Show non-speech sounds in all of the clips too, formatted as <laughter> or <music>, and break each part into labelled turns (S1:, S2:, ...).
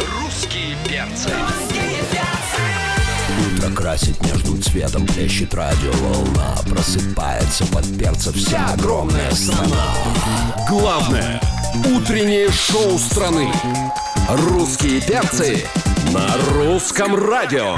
S1: Русские перцы. Утро красит между цветом, плещет радиоволна Просыпается под перца вся огромная страна
S2: Главное утреннее шоу страны.
S1: Русские перцы
S2: На русском радио.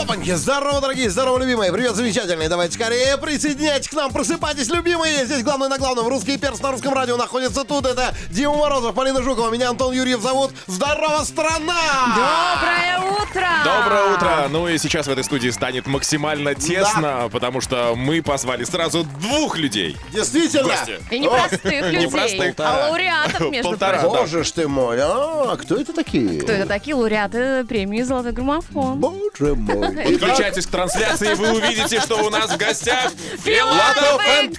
S3: Опаньки! Здорово, дорогие! Здорово, любимые! Привет, замечательные! Давайте скорее присоединяйтесь к нам! Просыпайтесь, любимые! Здесь главное на главном. Русский перс на русском радио находится тут. Это Дима Морозов, Полина Жукова. Меня Антон Юрьев зовут. Здорово, страна!
S4: Доброе утро!
S3: А.
S5: Доброе утро! Ну и сейчас в этой студии станет максимально тесно, потому что мы позвали сразу двух людей.
S3: Действительно!
S5: Гости.
S4: И непростых людей,
S5: непростых.
S4: а лауреатов, между
S5: Полтора.
S4: прочим.
S3: А, Боже ж ты мой! А, кто это такие?
S4: Кто это такие лауреаты премии «Золотой граммофон»?
S3: Боже
S5: <laughs>
S3: мой!
S5: Подключайтесь к трансляции, и вы увидите, что у нас в гостях
S4: Филатов and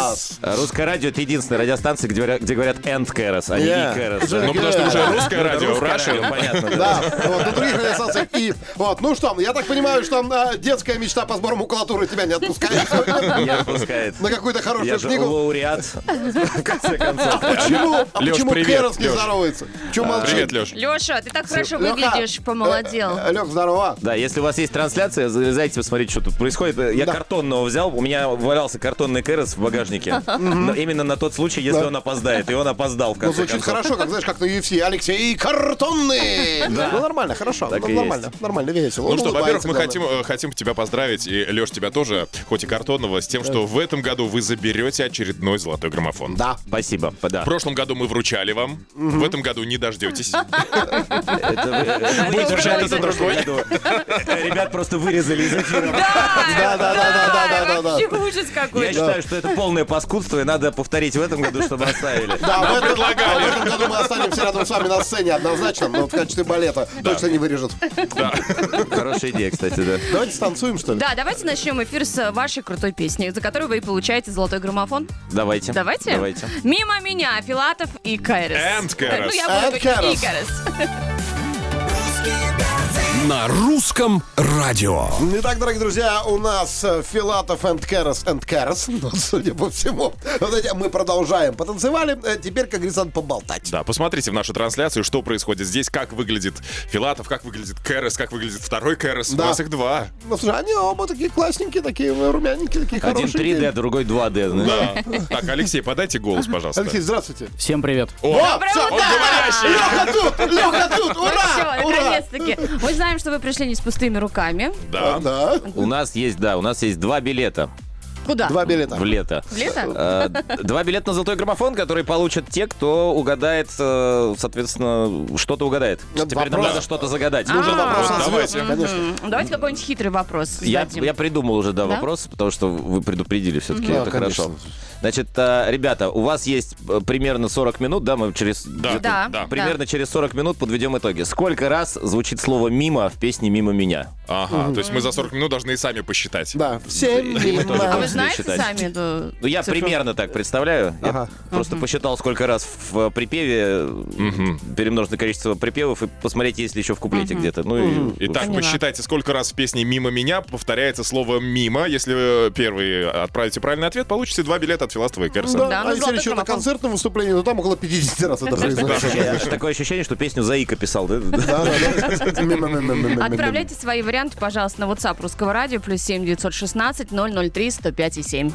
S4: Карас!
S6: Русское радио это единственная радиостанция, где, говоря- где говорят «and Кэрос», а не
S3: Yeah.
S6: «и Кэрос». да.
S5: Ну, потому что уже русское радио,
S6: Русское
S5: Russian.
S6: радио, понятно. да.
S3: Да, вот, на других радиостанциях и... Вот, ну что, я так понимаю, что а, детская мечта по сбору макулатуры тебя не отпускает <laughs> сегодня
S6: Не отпускает.
S3: на какую-то
S6: Я
S3: хорошую
S6: же
S3: Ну, книгу.
S6: лауреат, в конце концов.
S3: Почему? А
S5: Лёш,
S3: почему
S5: привет,
S3: Кэрос не
S5: Лёш.
S3: здоровается? Чё молчит?
S5: Привет, Леш.
S4: Леша, ты так хорошо
S3: Лёха,
S4: выглядишь, помолодел.
S3: Э, Лёх, здорово.
S6: Да, если у вас есть трансляция, залезайте посмотреть, что тут происходит. Я
S3: Да.
S6: картонного взял, у меня валялся картонный Кэрос в багажнике. Но именно на тот случай, если
S3: Да.
S6: он опоздает. И он опоздал в
S3: Ну,
S6: конце
S3: звучит
S6: концов.
S3: хорошо, как, знаешь, как на UFC. Алексей Картонный! Ну, нормально, хорошо.
S6: Так
S3: Ну,
S6: и
S3: нормально, нормально, весело.
S5: Ну
S3: Он
S5: что, во-первых,
S3: улыбается,
S5: мы
S3: главное.
S5: хотим, э, хотим тебя поздравить, и Леш тебя тоже, хоть и картонного, с тем, что в этом году вы заберете очередной золотой граммофон.
S3: Да.
S6: Спасибо, да.
S5: В прошлом году мы вручали вам, в этом году не дождетесь.
S6: Это
S5: Будет
S6: вы-
S5: вручать это другой.
S6: э, Ребят просто вырезали из эфира.
S3: Да, да, да, да, да, да, да.
S4: вообще ужас какой.
S6: Я считаю, что это полное паскудство, и надо повторить в этом году, чтобы оставили.
S3: Да, в этом, в этом году мы останемся рядом с вами на сцене однозначно, но в качестве балета точно не вырежут.
S6: Хорошая идея, кстати, да.
S3: Давайте станцуем, что ли?
S4: Да, давайте начнем эфир с вашей крутой песни, за которую вы и получаете «Золотой граммофон».
S6: Давайте.
S4: Давайте?
S6: Давайте.
S4: Мимо меня, Филатов и Кайрес.
S5: And Кайрос.
S4: Ну, я
S3: And
S4: буду говорить, и
S3: Кайрос.
S4: Кайрос.
S2: На русском радио.
S3: Итак, дорогие друзья, у нас э, Филатов and Кэрос and Кэрос, <laughs> ну, судя по всему. Вот эти- мы продолжаем. Потанцевали, э, теперь, как говорится, надо поболтать.
S5: Да, посмотрите в нашу трансляцию, что происходит здесь, как выглядит Филатов, как выглядит Кэрос, как выглядит второй Кэрос.
S3: Да.
S5: У нас их два.
S3: Ну, слушай, они оба такие классненькие, такие э, румяненькие, такие
S6: Один
S3: хорошие.
S6: 3D, другой 2D. знаешь.
S5: Да. <laughs> Так, Алексей, подайте голос, пожалуйста.
S3: Алексей, здравствуйте.
S7: Всем привет.
S5: О,
S4: Доброе
S3: всё,
S4: утро!
S5: он говорящий.
S3: Леха тут! Леха тут!
S4: Ну
S3: Ура!
S4: всё,
S3: Ура!
S4: наконец-таки. Мы знаем, что вы пришли не с пустыми руками.
S5: Да.
S3: А, Да.
S6: У нас есть, да, у нас есть два билета
S4: Куда?
S3: Два билета.
S6: в лето.
S4: В лето?
S6: Э, Два билета на золотой граммофон, которые получат те, кто угадает, э, соответственно, что-то угадает.
S3: Нет,
S6: Теперь нам
S3: вопрос.
S6: надо что-то загадать.
S4: А,
S3: Нужен вопрос
S5: Вот,
S3: от звезд,
S5: ну, давайте.
S3: конечно.
S4: М, Давайте какой-нибудь хитрый вопрос
S6: Я,
S4: зададим.
S6: я придумал уже, да,
S4: Да?
S6: вопрос, потому что вы предупредили все-таки,
S3: Мгм.
S6: это
S3: Да, конечно.
S6: хорошо. Значит, э, ребята, у вас есть э, примерно 40 минут, да, мы через...
S5: Да.
S6: где-то
S4: Да, да.
S6: Примерно через 40 минут подведем итоги. Сколько раз звучит слово «мимо» в песне «Мимо меня»?
S5: Ага, то есть мы за 40 минут должны и сами посчитать.
S3: Да, все
S4: А
S3: мимо.
S4: вы
S6: Можете
S4: знаете
S6: считать.
S4: сами эту
S6: Ну, я
S4: цифру?
S6: примерно так представляю. Я
S3: Ага.
S6: просто посчитал, сколько раз в э, припеве перемножено количество припевов и посмотреть, есть ли еще в куплете где-то. Ну, и-
S5: Итак,
S4: Поняла.
S5: вы считаете, сколько раз в песне «Мимо меня» повторяется слово «мимо». Если э, первый отправите правильный ответ, получите два билета от Филатова и Керса.
S4: Да,
S3: Да,
S4: ну,
S3: а если
S4: золотой
S3: еще на
S4: граммофон.
S3: концертном выступлении, то там около 50 раз это произошло.
S6: Я- Такое ощущение, что песню Заика писал, да? <laughs>
S3: Да, да, да. Мимо-мимо-мимо-мимо-мимо.
S4: Отправляйте свои варианты, пожалуйста, на WhatsApp русского радио плюс 7 916 003 105 и 7.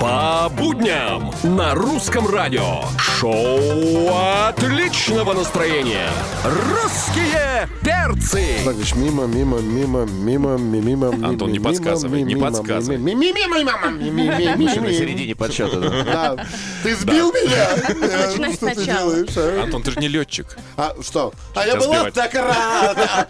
S2: По будням на русском радио. Шоу отличного настроения. Русские перцы.
S3: Так, говоришь, мимо, мимо, мимо, мимо, мимо, мимо.
S5: Антон, не
S3: мимо,
S5: подсказывай, не
S3: мимо,
S5: подсказывай.
S3: мимо, мимо, мимо, мимо, мимо,
S6: Еще на
S3: мимо.
S6: середине подсчета. да.
S3: Да. Ты сбил меня? Ну,
S4: Начинай
S3: Что ты
S4: сначала.
S3: делаешь? а?
S5: Антон, ты же
S3: <laughs>
S5: не летчик.
S3: А что? А я была
S5: сбивать.
S3: так рада.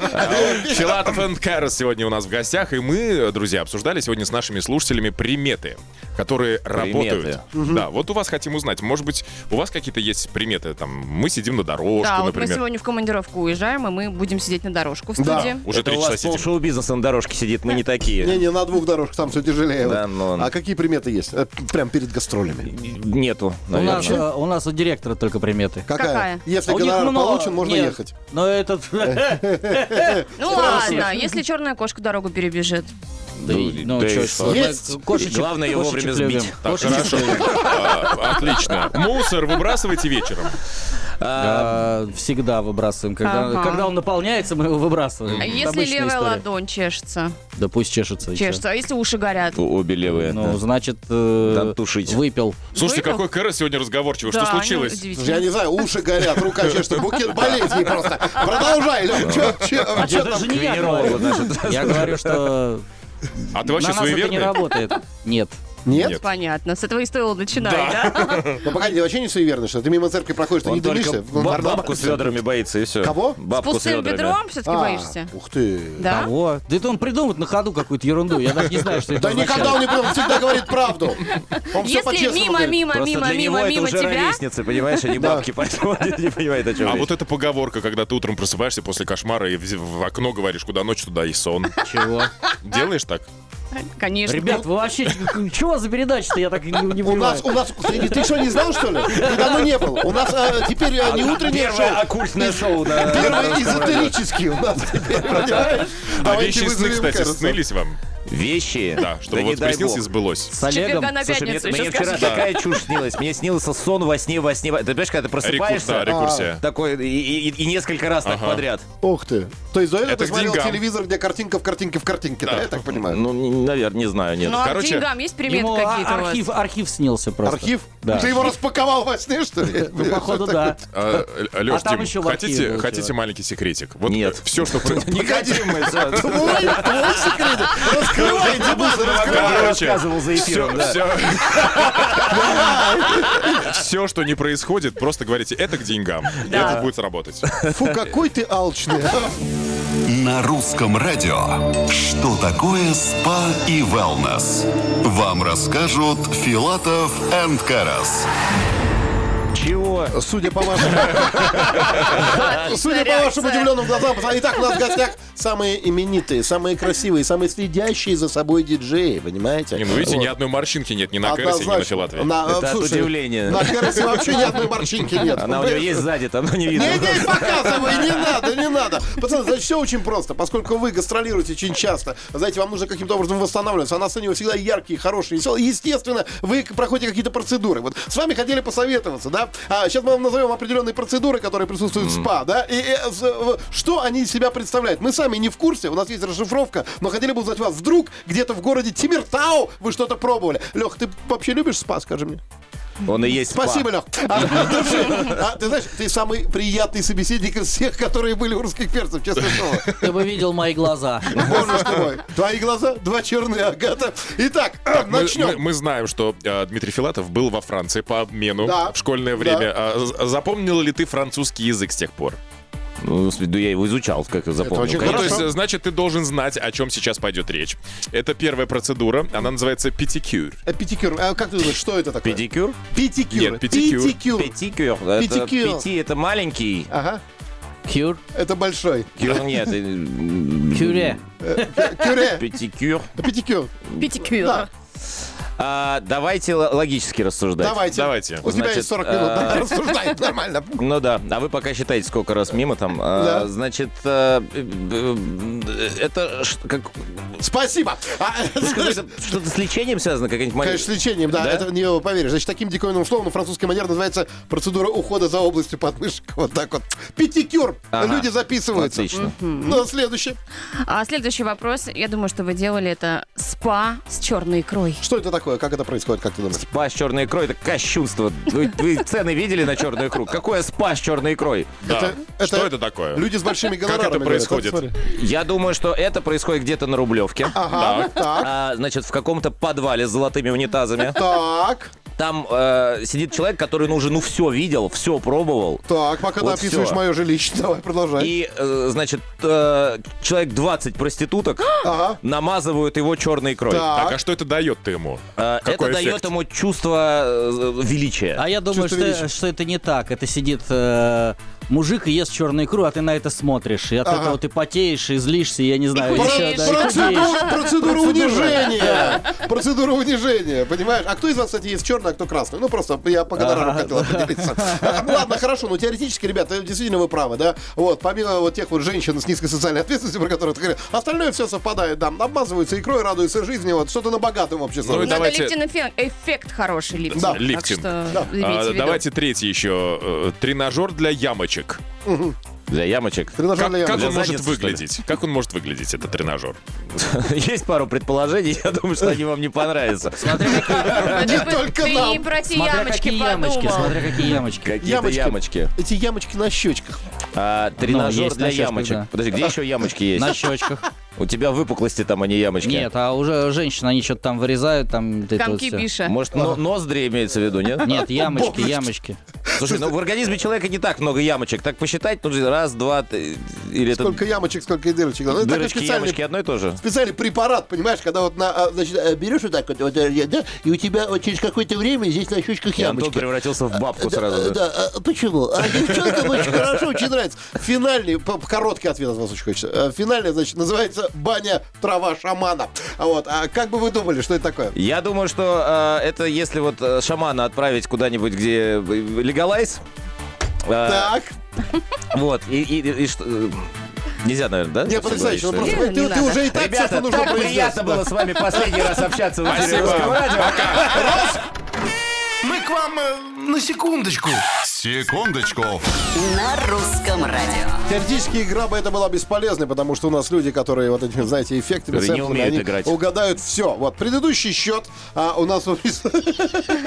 S5: Филатов и Кэрос сегодня у нас в гостях, и мы, друзья, обсуждали сегодня с нашими слушателями приметы, которые работают. Да, вот у вас хотим узнать, может быть, у вас какие-то есть приметы, там, мы сидим на дорожке,
S4: Да, вот мы
S5: например.
S4: сегодня в командировку уезжаем, и мы будем сидеть на дорожку в
S3: Да.
S4: студии.
S5: Уже
S6: Это
S5: три
S6: у
S5: часа
S6: вас пол
S5: сидим.
S6: шоу-бизнеса на дорожке сидит, мы не
S3: Не,
S6: такие.
S3: не, на двух дорожках там все тяжелее.
S6: Да, ну.
S3: А какие приметы есть? Э, Прям перед гастролями.
S6: Нету,
S7: У нас,
S6: наверное.
S7: э, у нас от директора только приметы.
S4: Какая?
S3: Если
S7: А у них
S3: гонорар
S7: много-
S3: получен, можно
S7: нет,
S3: ехать.
S7: Но этот... <laughs>
S4: Ну ладно, если черная кошка дорогу перебежит.
S7: Ну,
S6: да и
S7: чё,
S6: что?
S3: Есть.
S7: кошечек-
S6: Главное его
S7: кошечек
S6: вовремя сбить.
S7: любим.
S5: Так,
S7: Кошечек
S5: хорошо.
S7: любим.
S5: А, Отлично. Мусор выбрасывайте вечером.
S6: А,
S7: А, Всегда выбрасываем. Когда
S4: Ага.
S7: когда он наполняется, мы его выбрасываем.
S4: А Если
S7: Обычная
S4: левая
S7: история.
S4: ладонь чешется,
S7: Да пусть чешется. и чё.
S4: чешется, а если уши горят?
S6: о- Обе левые.
S7: Ну,
S6: да.
S7: значит, э,
S6: Надо тушить.
S7: выпил.
S5: Слушайте,
S4: Выпил?
S5: какой Кэрос сегодня разговорчивый. Что
S4: Да,
S5: случилось?
S4: неудивительно.
S3: Я не знаю, уши горят, рука чешется, букет болезней просто. Продолжай,
S6: Ну.
S3: Лёв, чё, чё,
S7: А
S3: чё там?
S7: не я говорю. Я говорю, что
S5: А ты
S7: на
S5: вообще
S7: нас это не
S5: суеверный?
S7: работает. Нет.
S3: Нет?
S4: Понятно, с этого и стоило начинать, да?
S3: Ну погоди, ты вообще не суеверный, что ли? ты мимо церкви проходишь, ты не
S6: Он только
S3: дымишься?
S6: ба- бабку с ведрами боится, и все.
S3: Кого?
S4: С
S6: Бабку с
S4: пустым
S6: ведрами.
S4: бедром все-таки
S3: А,
S4: боишься?
S3: Ух ты.
S4: Да?
S7: Кого? Да это он придумает на ходу какую-то ерунду. Я даже не знаю, что это
S3: Да никогда он
S7: означает.
S3: не прям всегда говорит правду. Он все
S4: Если
S3: по-честному
S4: мимо,
S3: говорит.
S4: мимо,
S6: Просто
S4: мимо,
S6: для него
S4: мимо,
S6: это
S4: мимо
S6: уже
S4: тебя,
S6: ровесницы, понимаешь, а не бабки, поэтому он <laughs> не понимает, о чем
S5: А
S6: речь.
S5: вот эта поговорка, когда ты утром просыпаешься после кошмара и в, в окно говоришь, куда ночь, туда и сон.
S7: Чего?
S5: Делаешь так?
S4: конечно.
S7: Ребят, вы вообще ч- чего за передача-то я так и не не
S3: У
S7: понимаю?
S3: нас, у нас, ты, ты что, не знал, что ли? Ты давно не был. У нас э, теперь э, не утреннее шоу,
S6: Первое <laughs> оккультное шоу, да.
S3: первые эзотерические у нас теперь, понимаешь?
S5: А
S3: Давайте
S5: вещи сны,
S3: вызовем
S5: кстати,
S3: Кэрроса.
S5: снылись вам?
S6: Вещи. <laughs>
S5: Да, чтобы
S6: не
S5: вот
S6: дай
S5: приснился и
S6: бог.
S5: сбылось.
S7: С
S4: С
S7: Олегом.
S4: четверга на
S6: Слушай, мне,
S4: пятницу
S6: мне
S4: еще
S6: вчера
S4: скажешь.
S6: такая чушь снилась. Мне снился сон во сне, во сне. во- Ты понимаешь, когда ты
S5: Рекурс, да,
S6: просыпаешься,
S5: рекурсия.
S6: такой и, и- и несколько раз так
S5: Ага.
S6: подряд.
S3: Ух ты. То есть до этого
S5: Это
S3: ты
S5: к
S3: смотрел
S5: деньгам.
S3: телевизор, где картинка в картинке в картинке, да, я так понимаю?
S6: Ну, наверное, не знаю, нет.
S4: Ну а к
S5: Короче,
S4: деньгам есть приметы
S7: Ему
S4: какие-то у
S7: а-
S4: вас?
S7: архив, архив снился просто.
S3: Архив?
S7: Да.
S3: Ты его распаковал во сне, что ли?
S7: Ну, походу, да.
S5: Леш,
S7: там еще
S5: А, Дим,
S7: в архиве
S5: хотите,
S7: было
S5: хотите
S7: чего.
S5: маленький секретик? Вот
S6: Нет.
S5: Все, что...
S6: Не хотим мы <laughs> всё.
S3: Твой твой секрет. Раскрывай, Димас, раскрывай.
S6: Я рассказывал за эфиром, да.
S5: Все, <laughs> что не происходит, просто говорите, это к деньгам. И
S4: Да.
S5: это будет работать.
S3: Фу, какой ты алчный. а.
S8: На русском радио. Что такое спа и wellness? Вам расскажут Филатов и Карас.
S6: Чего?
S3: Судя по вашим... Судя по вашим удивленным глазам, пацаны, итак, у нас в гостях самые именитые, самые красивые, самые следящие за собой диджеи, понимаете?
S5: Не, ну видите,
S3: Вот.
S5: ни одной морщинки нет ни на Кэросе, ни на
S3: Однозначно.
S5: Филатве.
S3: На- э,
S6: Это от
S3: слушай,
S6: удивления.
S3: На Кэросе вообще ни одной морщинки нет.
S6: Она у него есть сзади, там, но не видно.
S3: Не, не, показывай, не надо, не надо. Пацаны, значит, все очень просто. Поскольку вы гастролируете очень часто, знаете, вам нужно каким-то образом восстанавливаться. А на сцене вы всегда яркие, хорошие, веселые. И, Естественно, вы к- проходите какие-то процедуры. Вот с вами хотели посоветоваться, да? А, сейчас мы вам назовем определенные процедуры, которые присутствуют в СПА, да? И, э, с- в- что они из себя представляют? Мы сами не в курсе, у нас есть расшифровка, но хотели бы узнать вас. Вдруг где-то в городе Тимиртау вы что-то пробовали. Лех, ты вообще любишь СПА, скажи мне?
S6: Он и есть
S3: Спасибо, Лех. А, Ты знаешь, ты самый приятный собеседник из всех, которые были у русских перцев, честное слово.
S7: Ты бы видел мои глаза.
S3: Боже ж ты мой. Твои глаза, два черные агата. Итак,
S5: А, Мы, мы-
S3: начнем.
S5: мы знаем, что э, Дмитрий Филатов был во Франции по обмену
S3: Да.
S5: в школьное время. А, з- запомнил ли ты французский язык с тех пор?
S6: Ну, да я его изучал, как я запомнил.
S3: очень
S5: Ну,
S6: конечно.
S5: то
S3: Хорошо.
S5: есть, э, значит, ты должен знать, о чем сейчас пойдет речь. Это первая процедура. Она называется пятикюр.
S3: Э, Пятикюр. А как ты думаешь, что это такое?
S6: Педикюр?
S3: Пятикюр.
S5: Нет, пятикюр.
S3: Пятикюр.
S6: Петикюр. Это
S3: Пятикюр.
S6: Пяти это маленький.
S3: Ага,
S7: Кюр.
S3: это большой.
S6: Кюр нет. э, м,
S7: Кюре.
S3: Кюре.
S6: Пятикюр.
S3: Пятикюр.
S4: Пятикюр.
S3: Да.
S6: А, давайте л- логически рассуждать.
S3: Давайте.
S5: Давайте.
S3: У тебя
S6: Значит,
S3: есть 40 минут. да, <laughs>
S6: э,
S3: Рассуждай, нормально.
S6: Ну да, а вы пока считаете, сколько раз мимо там. А,
S3: Да.
S6: Значит, а, э, э, это ш- как-
S3: Спасибо. А,
S6: <laughs> что-то что-то с лечением связано, какая-нибудь мали-
S3: Конечно, с лечением, да,
S6: Да?
S3: это не поверишь. Значит, таким диковинным словом на французской манере называется процедура ухода за областью подмышек. Вот так вот. Пятикюр.
S6: Ага.
S3: Люди записываются.
S6: Отлично.
S3: Ну, а следующее.
S4: А следующий вопрос. Я думаю, что вы делали это спа с черной икрой.
S3: Что это такое? Как это происходит, как ты думаешь?
S6: Спа с черной икрой это кощунство. Вы, вы цены видели на черную икру? Какое спа с черной икрой?
S5: Да.
S3: это-
S5: Что это такое?
S3: Люди с большими гонорарами.
S5: это
S3: говорят.
S5: происходит?
S3: Вот, смотри.
S6: Я думаю, что это происходит где-то на Рублевке.
S3: Ага, так,
S6: А, значит, в каком-то подвале с золотыми унитазами.
S3: так,
S6: Там э, сидит человек, который, ну, уже, ну, все видел, все пробовал.
S3: так. Пока ты
S6: Вот
S3: описываешь
S6: всё.
S3: мое жилище, давай продолжай.
S6: И, э, значит, э, человек 20 проституток <gasps>
S3: Ага.
S6: намазывают его черной икрой.
S5: Так, а
S3: Так,
S5: что это дает ты ему?
S6: Э, это
S5: Какой эффект?
S6: дает ему чувство э, величия.
S7: А я думаю,
S3: Чувство
S7: что,
S3: величия.
S7: что это не так. Это сидит э, мужик и ест черную икру, а ты на это смотришь. И от
S3: Ага.
S7: этого ты потеешь и злишься, я не знаю.
S4: И
S7: и
S3: Про-
S7: А ещё, да, и
S3: процедура,
S7: худеешь.
S3: процедура унижения. Процедура унижения, понимаешь? А кто из вас, кстати, есть черный, красный, а кто красный. Ну, просто я по гонорару хотел определиться. А, ну, Ладно, хорошо, но теоретически, ребята, э, действительно вы правы, да? Вот, помимо вот тех вот женщин с низкой социальной ответственностью, про которые ты говорил, остальное все совпадает, да, обмазываются икрой, радуются жизни, вот, что-то на богатом обществе.
S5: Ну, и
S4: Надо
S5: давайте-
S4: лифтин эфе- эффект хороший лифтин.
S3: Да,
S4: Так
S5: лифтин.
S4: что
S3: Да.
S4: имейте
S5: А,
S4: в виду.
S5: давайте третий еще. Э, Тренажер для ямочек.
S3: <laughs>
S6: Для ямочек. <laughs>
S3: Тренажер
S5: Как,
S3: для
S5: как
S3: ямочек.
S5: он может
S6: задницы, что ли?
S5: выглядеть? Как он может выглядеть, этот тренажер?
S6: Есть пару предположений, я думаю, что они вам не понравятся.
S4: Да ты бы-
S3: только
S4: ты
S3: нам.
S4: и про те
S7: Смотря
S4: ямочки
S7: какие ямочки,
S4: подумал.
S7: смотря какие ямочки.
S6: Какие-то ямочки.
S3: Эти ямочки на щечках.
S6: А, Тренажер
S7: Ну, есть
S6: для
S7: на щечках,
S6: ямочек.
S7: да.
S6: Подожди,
S7: <laughs>
S6: где еще ямочки есть?
S7: На щечках.
S6: У тебя выпуклости там, а не ямочки.
S7: Нет, а уже женщины, они что-то там вырезают, там... вот это вот
S4: Комки
S7: всё.
S4: Биша.
S6: Может, но- ноздри имеется в виду, нет?
S7: Нет, ямочки, ямочки.
S6: <laughs> Слушай, ну в организме человека не так много ямочек. Так посчитать, тут же раз, два, три, или это
S3: Сколько ямочек, сколько и дырочек. да. Ну, это такой
S6: дырочки,
S3: специальный
S6: ямочки одно и то же.
S3: специальный препарат, понимаешь, когда вот на, а, значит, э, берешь вот так вот, вот, э, да, и у тебя вот через какое-то время здесь на щечках
S6: И Антон
S3: ямочки.
S6: ну, превратился в бабку
S3: Э,
S6: сразу. да.
S3: Да, а почему? А девчонкам очень хорошо, очень нравится. Финальный, п- короткий ответ от вас очень хочется. Э, Финальный, значит, называется «Баня трава шамана». А вот, а как бы вы думали, что это такое?
S6: Я думаю, что а, это если вот а, шамана отправить куда-нибудь, где э, легалайз. а,
S3: Так,
S6: Вот, и, и- и что- э, Нельзя, наверное, да?
S3: не,
S6: Всё
S3: потрясающе.
S6: говорить,
S3: Ну,
S6: что ли?
S3: просто,
S4: Не,
S3: ты,
S4: не
S3: ты
S4: надо.
S3: уже и так все, что
S6: Ребята,
S3: нужно
S6: так
S3: произнес.
S6: приятно было с вами последний раз общаться в эфире Русского радио.
S9: Мы к вам э, на секундочку.
S8: Секундочку.
S10: На русском радио.
S3: Теоретически игра бы это была бесполезной, потому что у нас люди, которые вот этими, знаете, эффектами,
S6: Которые не
S3: сэмплами,
S6: умеют
S3: они
S6: играть.
S3: угадают все. Вот, предыдущий счет а, у нас вот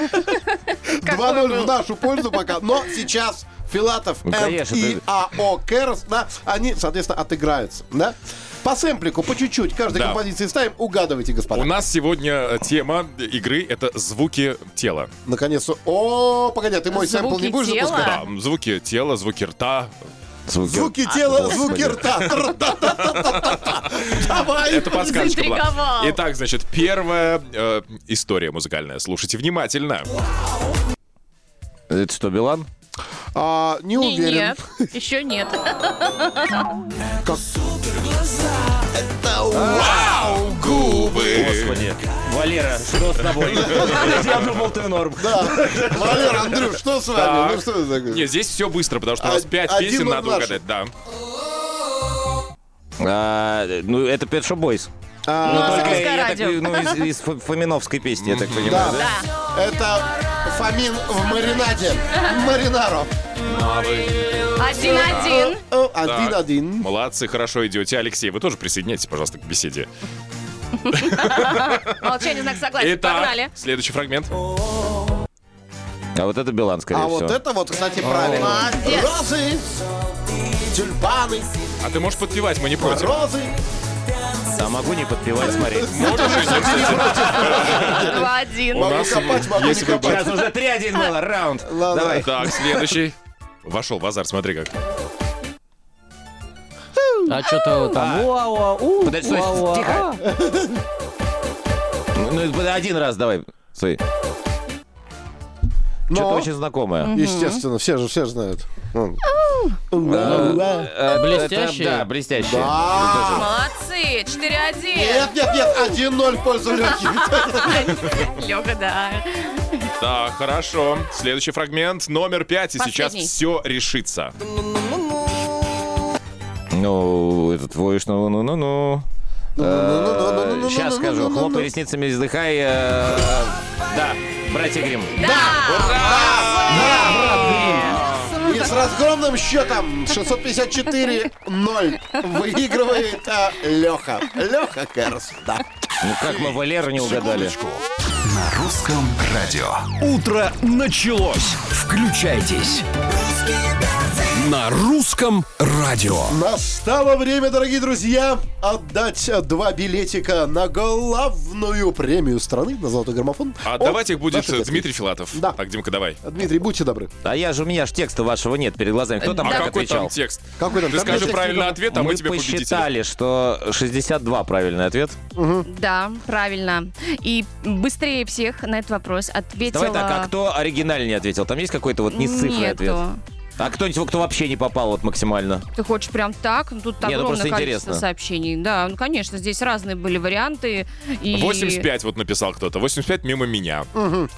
S3: 2-0 в нашу пользу пока, но сейчас Филатов
S6: Ну, конечно,
S3: и
S6: ты-
S3: АО Кэрос, да, они, соответственно, отыграются, да? По сэмплику, по чуть-чуть, каждой
S5: Да.
S3: композиции ставим, угадывайте, господа.
S5: У нас сегодня э, тема игры — это звуки тела.
S3: Наконец-то, о, погоди, а ты мой
S4: Звуки
S3: сэмпл не будешь
S4: тела? А,
S3: запускать?
S5: Да, звуки тела, звуки рта.
S3: Звуки
S4: ну,
S3: тела, звуки рта. Тра-та-та-та-та-та-та. Давай.
S5: Это подсказка была.
S4: Заинтриговал.
S5: Итак, значит, первая э, история музыкальная. Слушайте внимательно.
S6: Это что, Билан?
S3: А, не
S4: И
S3: уверен.
S4: нет, еще нет.
S5: Ау, губы!
S6: Господи, Валера, что
S3: <laughs>
S6: с тобой? Я думал, ты норм.
S3: Да. Валер, Андрюш, что с вами? Ну что это такое?
S5: Нет, здесь все быстро, потому что у нас
S3: А-
S5: пять
S3: один
S5: песен
S3: он
S5: надо
S3: наш.
S5: угадать. Да.
S6: А, Ну, это Pet Shop Boys.
S4: Ну, а
S6: Только,
S4: русское
S6: я так
S4: радио.
S6: понимаю, ну, из, из Фо- Фоминовской песни, я так понимаю.
S3: Да, это Фомин в маринаде. Маринаро.
S4: Один-один.
S3: Э, Один-один.
S5: Молодцы, хорошо идете. Алексей, вы тоже присоединяйтесь, пожалуйста, к беседе.
S4: Молчание, знак согласия. Погнали.
S5: Итак, следующий фрагмент.
S6: А вот это Билан, скорее
S3: А
S6: всего.
S3: вот это вот, кстати, правильно.
S4: Молодец.
S3: Розы, тюльпаны,
S5: А ты можешь подпевать, мы не против.
S3: розы.
S6: А могу не подпевать, смотри.
S5: Можешь, идти, кстати.
S4: Два-один.
S5: У нас
S3: копать, могу
S5: есть
S3: не копать.
S5: выбор.
S6: <laughs> Сейчас уже 3-1 было, раунд.
S3: Ладно.
S6: Давай.
S5: Так, следующий. Вошел в азарт, смотри как.
S7: А что-то там... уа-уа, у,
S6: Подожди, стой,
S7: уа-уа,
S6: тихо.
S7: а.
S6: Ну, это один раз давай. Стой. Что-то
S3: Но,
S6: очень знакомое.
S3: естественно, все же, все же знают. Ну,
S6: Э, это-
S7: Блестящие?
S6: Да, блестящие.
S4: Молодцы. Четыре-один.
S3: Нет, нет, нет, 1-0 в пользу Лёхи.
S4: <laughs> Лёха, да.
S5: Так, хорошо. Следующий фрагмент, номер пять, и сейчас
S4: Последний.
S5: все решится.
S6: Ну, это твой, что ну-ну-ну-ну.
S3: Ну-ну-ну-ну-ну-ну-ну-ну-ну-ну-ну.
S6: Сейчас
S3: ну,
S6: скажу. Хлопай ресницами, издыхай. э, Да, братья Грим.
S3: И с разгромным счетом 654-0 выигрывает Леха. Леха Кэрс, да.
S6: Ну как мы Валеру не угадали?
S8: На русском радио.
S2: Утро началось.
S1: Включайтесь.
S2: На русском радио.
S3: Настало время, дорогие друзья, отдать э, два билетика на главную премию страны, на золотой граммофон.
S5: А
S3: От
S5: давайте их будет
S3: нашей
S5: э,
S3: гостей.
S5: Дмитрий Филатов.
S3: Да.
S5: Так, Димка, давай.
S3: Дмитрий, будьте добры.
S6: А я же, у меня же текста вашего нет перед глазами. Кто там
S5: А
S6: как
S5: какой там
S6: отвечал?
S5: текст?
S3: Какой там?
S5: Ты
S3: Там
S5: скажи
S3: текст
S5: правильный
S3: никакого.
S5: ответ, а мы
S6: Мы
S5: тебе победителя.
S6: посчитали, что 62 правильный ответ.
S4: Да, правильно. И быстрее всех на этот вопрос ответила...
S6: а Давай так, а кто оригинальнее ответил? Там есть какой-то вот не с цифрой
S4: Нету.
S6: ответ? А кто-нибудь, кто вообще не попал вот максимально?
S4: Ты хочешь прям так? Ну, Тут
S6: Не, ну,
S4: огромное
S6: просто
S4: количество
S6: интересно.
S4: сообщений. Да, ну, конечно, здесь разные были варианты. И
S5: 85 вот написал кто-то. 85 мимо меня.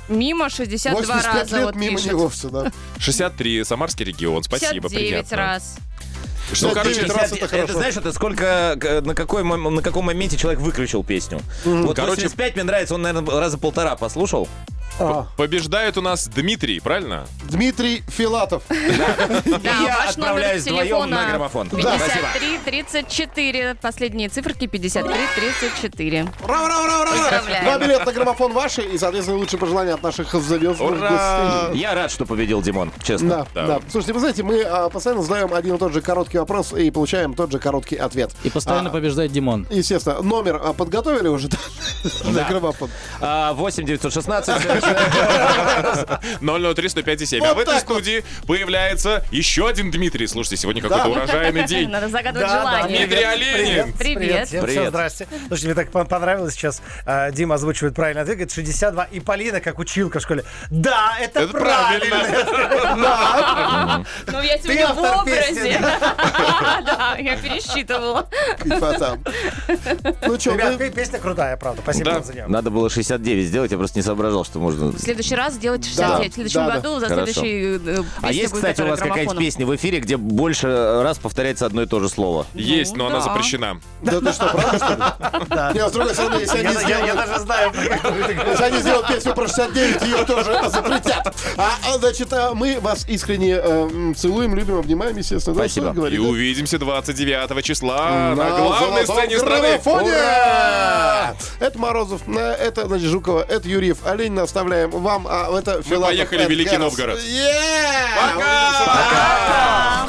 S4: Мимо 62
S3: 85
S4: раза
S3: лет
S4: вот
S3: мимо
S4: пишет.
S3: него все, да.
S5: 63 Самарский регион. Спасибо,
S4: 59
S5: приятно.
S4: раз.
S5: Ну, короче,
S3: 59 раз это хорошо.
S6: э, знаешь, это сколько, к- на, какой, мом- на каком моменте человек выключил песню. Вот
S5: Короче-
S6: 85 мне нравится, он, наверное, раза полтора послушал.
S3: А,
S5: Побеждает у нас Дмитрий, правильно?
S3: Дмитрий Филатов.
S4: Да,
S6: И я
S4: ваш номер
S6: отправляюсь вдвоем
S4: телефона
S6: на граммофон. Да, спасибо.
S4: 53 34. Последние циферки 53 34.
S3: Ура, ура, ура, ура, ура.
S4: Поздравляем.
S3: Два билета на граммофон ваши и, соответственно, лучшие пожелания от наших звездных
S5: Ура!
S3: гостей.
S6: Я рад, что победил Димон, честно.
S3: Да,
S5: Да.
S3: да. Слушайте, вы знаете, мы а, постоянно задаем один и тот же короткий вопрос и получаем тот же короткий ответ.
S7: И постоянно
S3: А,
S7: побеждает Димон.
S3: Естественно, номер а, подготовили уже да, <laughs> на граммофон.
S6: А,
S3: <laughs>
S6: 8 916.
S5: 003 105 7. А в
S3: Вот так
S5: этой
S3: вот.
S5: студии появляется еще один Дмитрий. Слушайте, сегодня какой-то урожайный день.
S4: Надо загадывать
S11: Да, да,
S4: желание.
S5: Дмитрий Оленин.
S4: Привет.
S11: всем.
S6: Привет.
S11: Всё, здрасте. Слушайте, мне так по- понравилось сейчас. а, Дима озвучивает правильный ответ. Говорит, 62. И Полина, как училка в школе. Да, это,
S5: Это
S11: правильно.
S5: правильно.
S4: Ну, я сегодня в
S11: автор песни,
S4: образе. <laughs> Да, я пересчитывала.
S3: Кайфота. Ну что,
S11: Ребят,
S3: мы...
S11: пе- песня крутая, правда. Спасибо
S5: Да.
S11: вам за нее.
S6: Надо было 69 сделать, я просто не соображал, что можно...
S4: В следующий раз сделайте 69. В следующем
S3: да, да.
S4: году за
S6: Хорошо.
S4: следующий э,
S6: А
S4: песня
S6: есть,
S4: будет,
S6: кстати, у
S4: которая
S6: вас какая-нибудь
S4: граммофоном.
S6: песня в эфире, где больше раз повторяется одно и то же слово?
S5: Есть, но она
S4: да.
S5: запрещена.
S3: Да ты что, правда, что ли? Не, а с другой стороны, если
S11: Я,
S3: они
S11: я- я
S3: сделают...
S11: даже знаю.
S3: Если они сделают песню про 69, ее тоже запретят. А, а, значит, а, мы вас искренне э, м, целуем, любим, обнимаем, естественно. Да,
S6: Спасибо.
S3: что говорить,
S5: И
S3: да?
S5: увидимся 29 числа на
S3: На
S5: главной
S3: золотом
S5: сцене страны.
S3: граммофоне!
S5: Ура!
S3: Это Морозов, на- это, значит, Жукова, это Юрьев. Оленина оставляем вам, а это Филатов.
S5: поехали в
S3: and
S5: Великий
S3: Гарас.
S5: Новгород.
S3: Yeah!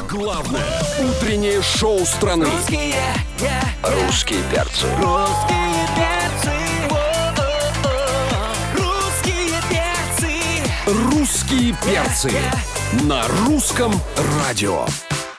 S1: Главное утреннее шоу страны.
S2: Русские,
S1: Русские перцы.
S2: русские перцы. Русские перцы.
S1: Русские перцы на русском радио.